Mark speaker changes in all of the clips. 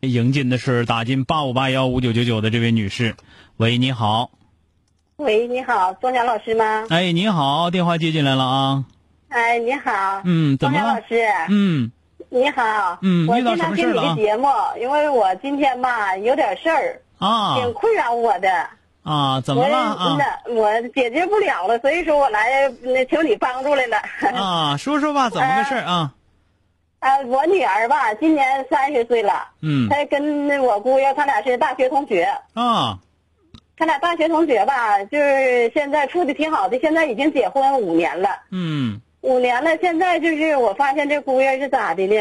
Speaker 1: 迎进的是打进八五八幺五九九九的这位女士，喂，你好，
Speaker 2: 喂，你好，钟晓老师吗？
Speaker 1: 哎，你好，电话接进来了啊，
Speaker 2: 哎，你好，
Speaker 1: 嗯，怎
Speaker 2: 钟
Speaker 1: 么
Speaker 2: 晓
Speaker 1: 了
Speaker 2: 老？师，
Speaker 1: 嗯，
Speaker 2: 你好，
Speaker 1: 嗯
Speaker 2: 我
Speaker 1: 遇到
Speaker 2: 经
Speaker 1: 什
Speaker 2: 常
Speaker 1: 么事儿
Speaker 2: 听你
Speaker 1: 了啊
Speaker 2: 的节目，因为我今天吧有点事儿，
Speaker 1: 啊
Speaker 2: 挺困扰我的，
Speaker 1: 啊，怎
Speaker 2: 我
Speaker 1: 么了啊
Speaker 2: 真？的我解决不了了，所以说我来那求你帮助来了。
Speaker 1: 啊，说说吧，怎么个事儿啊？
Speaker 2: 啊，我女儿吧今年三十岁了，
Speaker 1: 嗯
Speaker 2: 她跟那我姑爷，他俩是大学同学，
Speaker 1: 啊
Speaker 2: 他俩大学同学吧，就是现在处的挺好的，现在已经结婚五年了。
Speaker 1: 嗯
Speaker 2: 五年了，现在就是我发现这姑爷是咋的呢？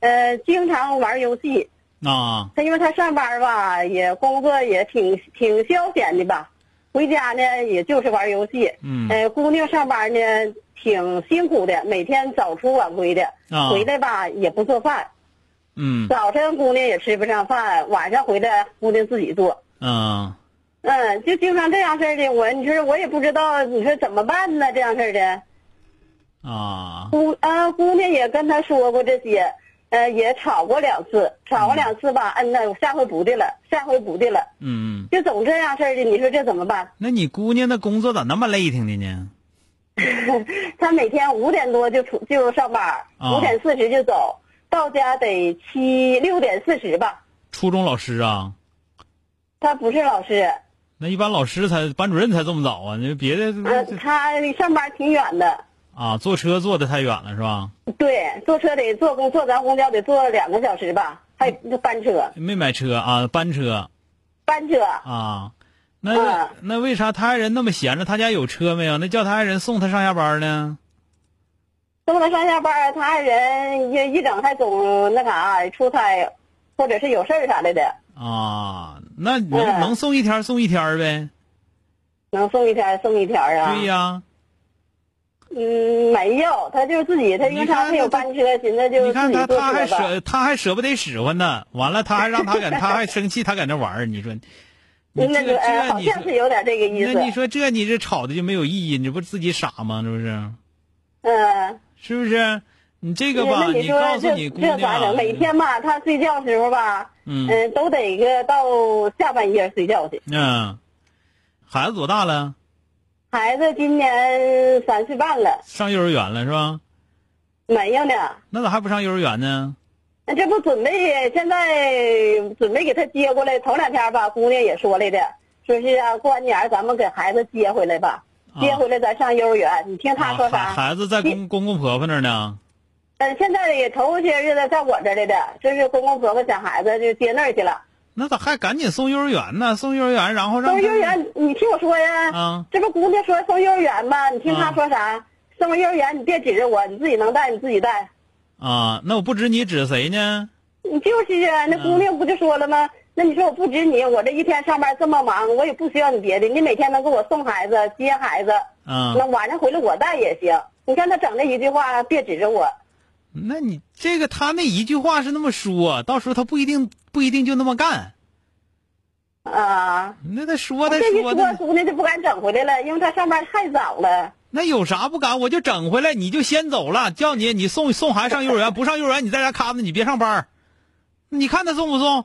Speaker 2: 呃，经常玩游戏。
Speaker 1: 啊
Speaker 2: 他因为他上班吧，也工作也挺挺消闲的吧，回家呢也就是玩游戏。
Speaker 1: 嗯
Speaker 2: 呃，姑娘上班呢挺辛苦的，每天早出晚归的，
Speaker 1: 啊
Speaker 2: 回来吧也不做饭，
Speaker 1: 嗯
Speaker 2: 早晨姑娘也吃不上饭，晚上回来姑娘自己做。
Speaker 1: 嗯
Speaker 2: 嗯，就经常这样式儿的，我你说我也不知道，你说怎么办呢？这样式儿的。
Speaker 1: 啊
Speaker 2: 姑啊，姑娘也跟他说过这些，呃，也吵过两次，吵过两次吧，嗯呐，我下回不的了，下回不的了，
Speaker 1: 嗯，
Speaker 2: 就总这样式儿的，你说这怎么办？
Speaker 1: 那你姑娘的工作咋那么累挺的呢？
Speaker 2: 他每天五点多就出就上班，
Speaker 1: 啊
Speaker 2: 五点四十就走，到家得七六点四十吧。
Speaker 1: 初中老师啊，
Speaker 2: 他不是老师，
Speaker 1: 那一般老师才班主任才这么早啊？那别的
Speaker 2: 呃，
Speaker 1: 这
Speaker 2: 他上班挺远的，
Speaker 1: 啊，坐车坐的太远了是吧？
Speaker 2: 对，坐车得坐公坐咱公交得坐两个小时吧，还有班车，
Speaker 1: 没买车啊，班车
Speaker 2: 班车。
Speaker 1: 啊。那
Speaker 2: 嗯
Speaker 1: 那为啥他爱人那么闲着？他家有车没有？那叫他爱人送他上下班呢？
Speaker 2: 送他上下班儿，他爱人一一整还总那啥出差，或者是有事儿啥来的，
Speaker 1: 啊，那能、
Speaker 2: 嗯
Speaker 1: 能送一天儿送一天儿呗？
Speaker 2: 能送一天送一天儿啊？
Speaker 1: 对呀、
Speaker 2: 嗯，没有，他就自己，他因
Speaker 1: 你
Speaker 2: 为他
Speaker 1: 看他
Speaker 2: 没有班车，寻思就
Speaker 1: 你
Speaker 2: 自
Speaker 1: 看
Speaker 2: 己
Speaker 1: 他，
Speaker 2: 坐
Speaker 1: 他
Speaker 2: 车
Speaker 1: 还
Speaker 2: 吧。
Speaker 1: 舍他还舍不得使唤呢，完了他还让他搁他还生气，他搁那玩儿， 你说，你
Speaker 2: 那
Speaker 1: 这
Speaker 2: 就哎，
Speaker 1: 这
Speaker 2: 好
Speaker 1: 你
Speaker 2: 像是有点这个意
Speaker 1: 说，那你
Speaker 2: 思。
Speaker 1: 说这你这吵的就没有意义，你不自己傻吗？这不是
Speaker 2: 嗯，
Speaker 1: 是不是？你这个吧，
Speaker 2: 哎那
Speaker 1: 你
Speaker 2: 说
Speaker 1: 告诉
Speaker 2: 这
Speaker 1: 你姑
Speaker 2: 这
Speaker 1: 娘
Speaker 2: 咋
Speaker 1: 啊
Speaker 2: 整？，每天吧，他睡觉时候吧，
Speaker 1: 嗯
Speaker 2: 嗯，都得个到下半夜睡觉去。
Speaker 1: 嗯，孩子多大了？
Speaker 2: 孩子今年三岁半了，
Speaker 1: 上幼儿园了是吧？
Speaker 2: 没有呢。
Speaker 1: 那咋还不上幼儿园呢？
Speaker 2: 那这不准备现在准备给他接过来，头两天吧，姑娘也说来的，说是啊，过完年咱们给孩子接回来吧，
Speaker 1: 啊
Speaker 2: 接回来咱上幼儿园。你听他
Speaker 1: 啊，
Speaker 2: 说
Speaker 1: 孩
Speaker 2: 啥？
Speaker 1: 孩子在公公公婆婆那儿呢。
Speaker 2: 嗯，现在也头些日子在我这儿来的，这是公公婆婆想孩子就接那儿去
Speaker 1: 啊
Speaker 2: 了。
Speaker 1: 那咋还赶紧送幼儿园呢？送幼儿园，然后让
Speaker 2: 送
Speaker 1: 他
Speaker 2: 幼儿园，你听我说呀，
Speaker 1: 啊
Speaker 2: 这不姑娘说送幼儿园吧？你听
Speaker 1: 啊
Speaker 2: 她说啥？送幼儿园你别指着我，你自己能带你自己带。
Speaker 1: 啊！那我不指你指谁呢？
Speaker 2: 你就是啊，那
Speaker 1: 嗯
Speaker 2: 姑娘不就说了吗？那你说我不止你，我这一天上班这么忙，我也不需要你别的，你每天能给我送孩子、接孩子，
Speaker 1: 啊，
Speaker 2: 那晚上回来我带也行。你看他整那一句话，别指着我。
Speaker 1: 那你这个他那一句话是那么说，到时候他不一定不一定就那么干。
Speaker 2: 啊，
Speaker 1: 那他说他
Speaker 2: 这一
Speaker 1: 说
Speaker 2: 说，
Speaker 1: 的，
Speaker 2: 姑娘就不敢整回来了，因为她上班太早了。
Speaker 1: 那有啥不敢？我就整回来，你就先走了，叫你你送送孩子上幼儿 园，不上幼儿园你在家看着，你别上班儿。你看他送不送？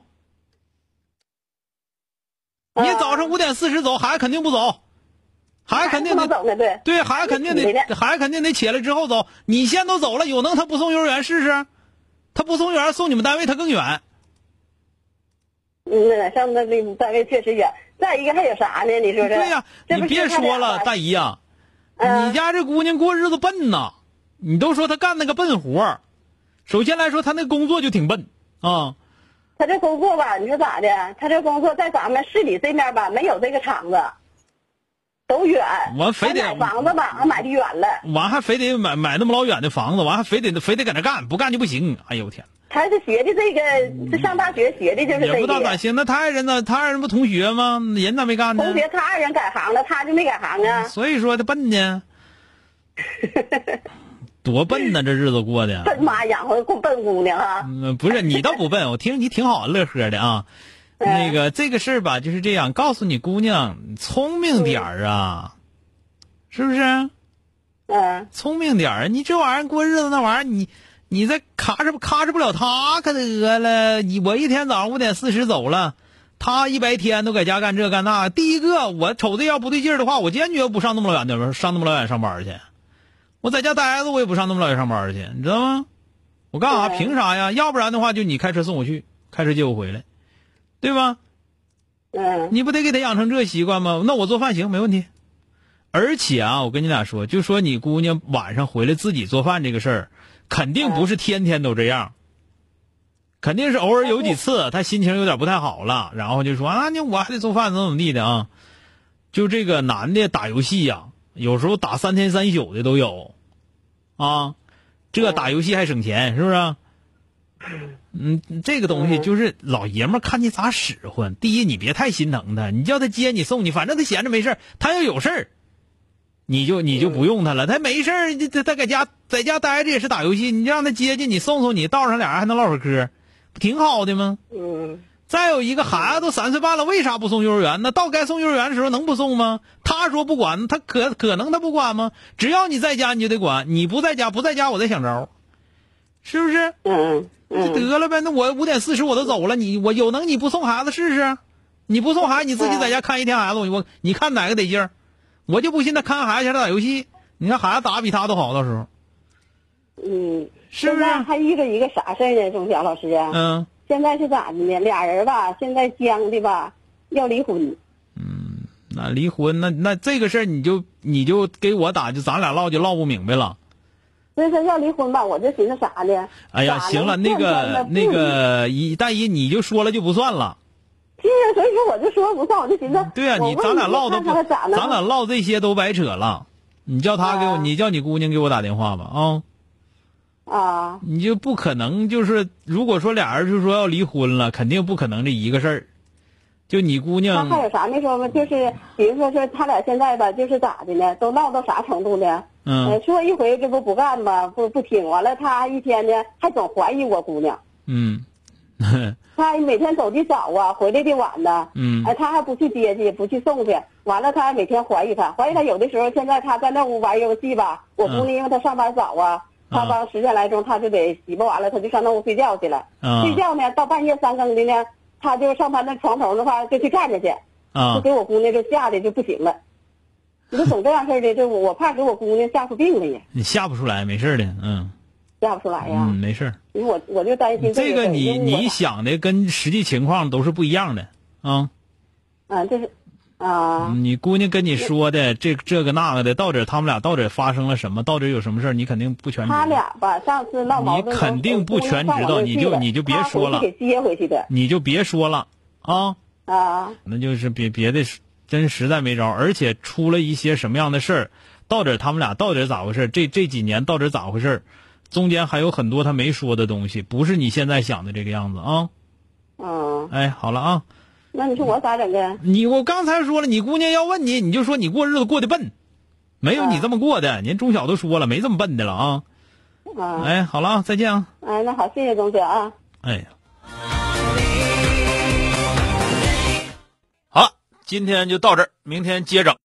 Speaker 2: 啊
Speaker 1: 你早上五点四十走，孩子肯定不走，孩子肯定
Speaker 2: 不能
Speaker 1: 得
Speaker 2: 走呢，对。
Speaker 1: 对，孩子肯定得
Speaker 2: 你的
Speaker 1: 孩子肯定得起来之后走。你先都走了，有能他不送幼儿园试试？他不送幼儿园，送你们单位他更远。
Speaker 2: 嗯，上那离单位确实远。再一个还有啥呢？你说这？
Speaker 1: 对呀、
Speaker 2: 这
Speaker 1: 你
Speaker 2: 不
Speaker 1: 别
Speaker 2: 是他
Speaker 1: 说
Speaker 2: 俩
Speaker 1: 了，
Speaker 2: 吗
Speaker 1: 大姨呀、
Speaker 2: 嗯
Speaker 1: 你家这姑娘过日子笨呐，你都说她干那个笨活儿首先来说，她那工作就挺笨啊。
Speaker 2: 他这工作吧，你说咋的？他这工作在咱们市里这面吧，没有这个厂子，都远。
Speaker 1: 完非得
Speaker 2: 咱买房子吧，俺买的远了，
Speaker 1: 完还非得买买那么老远的房子，完还非得非得搁那干，不干就不行。哎呦我天，
Speaker 2: 他是学的这个，这上大学学的就是
Speaker 1: 也
Speaker 2: 这
Speaker 1: 不知道
Speaker 2: 个
Speaker 1: 咋。行。那他爱人呢？他爱人不同学吗？人咋没干呢
Speaker 2: 同？学他爱人改行了，他就没改行啊。
Speaker 1: 所以说他笨 呢，多笨呢，这日子过的。
Speaker 2: 笨妈养活个笨姑娘啊！
Speaker 1: 嗯，不是你倒不笨，我听着你挺好，乐呵的啊。那个这个事儿吧，就是这样，告诉你姑娘，聪明点儿啊，是不是？
Speaker 2: 嗯，
Speaker 1: 聪明点儿，你这玩意儿过日子那玩意儿，你你再卡着卡着不了他可得了。你我一天早上五点四十走了，他一白天都搁家干这干那。第一个，我瞅着要不对劲儿的话，我坚决不上那么老远的上那么老远上班去。我在家待着，我也不上那么老远上班去，你知道吗？我干啥？
Speaker 2: 对
Speaker 1: 凭啥呀？要不然的话，就你开车送我去，开车接我回来，对吧？
Speaker 2: 嗯，
Speaker 1: 你不得给他养成这习惯吗？那我做饭行，没问题。而且啊，我跟你俩说，就说你姑娘晚上回来自己做饭这个事儿，肯定不是天天都这样，肯定是偶尔有几次她心情有点不太好了，然后就说啊，那我还得做饭，怎么怎么地的啊。就这个男的打游戏呀、有时候打三天三宿的都有，啊，这打游戏还省钱，是不是啊？嗯，这个东西就是老爷们儿看你咋使唤。第一，你别太心疼他，你叫他接你送你，反正他闲着没事儿他要有事儿，你就你就不用他了。他没事儿，他他搁家在家待着也是打游戏，你让他接接你送送你，道上俩人还能唠会儿嗑，不挺好的吗？
Speaker 2: 嗯，
Speaker 1: 再有一个孩子都三岁半了，为啥不送幼儿园呢？到该送幼儿园的时候能不送吗？他说不管，他可可能他不管吗？只要你在家你就得管，你不在家不在家我再想招儿，是不是？
Speaker 2: 嗯，
Speaker 1: 那
Speaker 2: 嗯，
Speaker 1: 得了呗，那我五点四十我都走了，你我有能你不送孩子试试？你不送孩子，你自己在家看一天孩子，我我你看哪个得劲儿？我就不信他看孩子前打游戏，你看孩子打比他都好，到时候
Speaker 2: 嗯，
Speaker 1: 是不
Speaker 2: 现
Speaker 1: 是？啊
Speaker 2: 在还遇着一个啥事儿呢？钟晓老师啊，
Speaker 1: 嗯，
Speaker 2: 现在是咋的呢？俩人吧，现在僵的吧，要离婚。
Speaker 1: 那离婚那那这个事儿你就你就给我打，就咱俩唠就唠不明白了。
Speaker 2: 所以说要离婚吧，我就寻思啥呢？
Speaker 1: 哎呀，
Speaker 2: 咋能
Speaker 1: 行了，那个
Speaker 2: 断断的
Speaker 1: 那个一大姨你就说了就不算了。
Speaker 2: 是啊， 所以说我就说不算，我就寻思，
Speaker 1: 对呀、啊
Speaker 2: 我
Speaker 1: 你
Speaker 2: 问
Speaker 1: 咱俩唠都
Speaker 2: 看
Speaker 1: 不，
Speaker 2: 看他咋
Speaker 1: 咱
Speaker 2: 弄
Speaker 1: 俩唠这些都白扯了。你叫他给我，
Speaker 2: 啊
Speaker 1: 你叫你姑娘给我打电话吧啊。
Speaker 2: 啊，
Speaker 1: 你就不可能就是，如果说俩人就说要离婚了，肯定不可能这一个事儿。就你姑
Speaker 2: 他还
Speaker 1: 娘，
Speaker 2: 有啥没说吗？就是比如说是他俩现在吧，就是咋的呢？都闹到啥程度呢？呃
Speaker 1: 嗯
Speaker 2: 说一回这不不干吧，不不听，完了他一天呢还总怀疑我姑娘，
Speaker 1: 嗯
Speaker 2: 他每天走的早啊，回来的晚呐、
Speaker 1: 嗯
Speaker 2: 哎，他还不去接去，不去送去，完了他还每天怀疑他，怀疑他有的时候现在他在那屋玩游戏吧，我
Speaker 1: 嗯
Speaker 2: 姑娘因为他上班早啊，他到十点来钟他就得洗吧完了，他就上那屋睡觉去了，
Speaker 1: 啊
Speaker 2: 睡觉呢到半夜三更的呢，他就上他那床头的话就去站着去，就
Speaker 1: 啊
Speaker 2: 给我姑娘就吓得就不行了。你说总这样事儿的，这我我怕给我姑娘吓出病来呀，
Speaker 1: 你吓不出来，没事儿的，嗯
Speaker 2: 吓不出来哎呀。
Speaker 1: 嗯，没事儿。
Speaker 2: 因为我我就担心
Speaker 1: 这
Speaker 2: 个
Speaker 1: 个
Speaker 2: 事儿
Speaker 1: 你
Speaker 2: 因为我
Speaker 1: 你想的跟实际情况都是不一样的啊。
Speaker 2: 啊，这是啊，
Speaker 1: 你姑娘跟你说的这这个那个的，到底他们俩到底发生了什么？到底有什么事儿？你肯定不全知
Speaker 2: 他
Speaker 1: 道。
Speaker 2: 俩吧，上次闹矛盾的时
Speaker 1: 嗯你
Speaker 2: 候，
Speaker 1: 肯定不全知道
Speaker 2: 我姑娘上我那
Speaker 1: 你就
Speaker 2: 去了
Speaker 1: 你就别
Speaker 2: 他
Speaker 1: 说了
Speaker 2: 回去给接回去的
Speaker 1: 你就别说了啊。
Speaker 2: 啊，
Speaker 1: 那就是别别的是，真实在没招儿，而且出了一些什么样的事儿，到底儿他们俩到底儿咋回事儿？这这几年到底儿咋回事儿？中间还有很多他没说的东西，不是你现在想的这个样子啊！
Speaker 2: 嗯，
Speaker 1: 哎，好了啊，
Speaker 2: 那你说我咋整啊？
Speaker 1: 你我刚才说了，你姑娘要问你，你就说你过日子过得笨，没有你这么过的，人中小都说了，没这么笨的了啊！
Speaker 2: 啊，
Speaker 1: 哎，好了啊，再见啊！
Speaker 2: 哎，那好，谢谢东哥啊。
Speaker 1: 哎呀，好了，今天就到这儿，明天接着。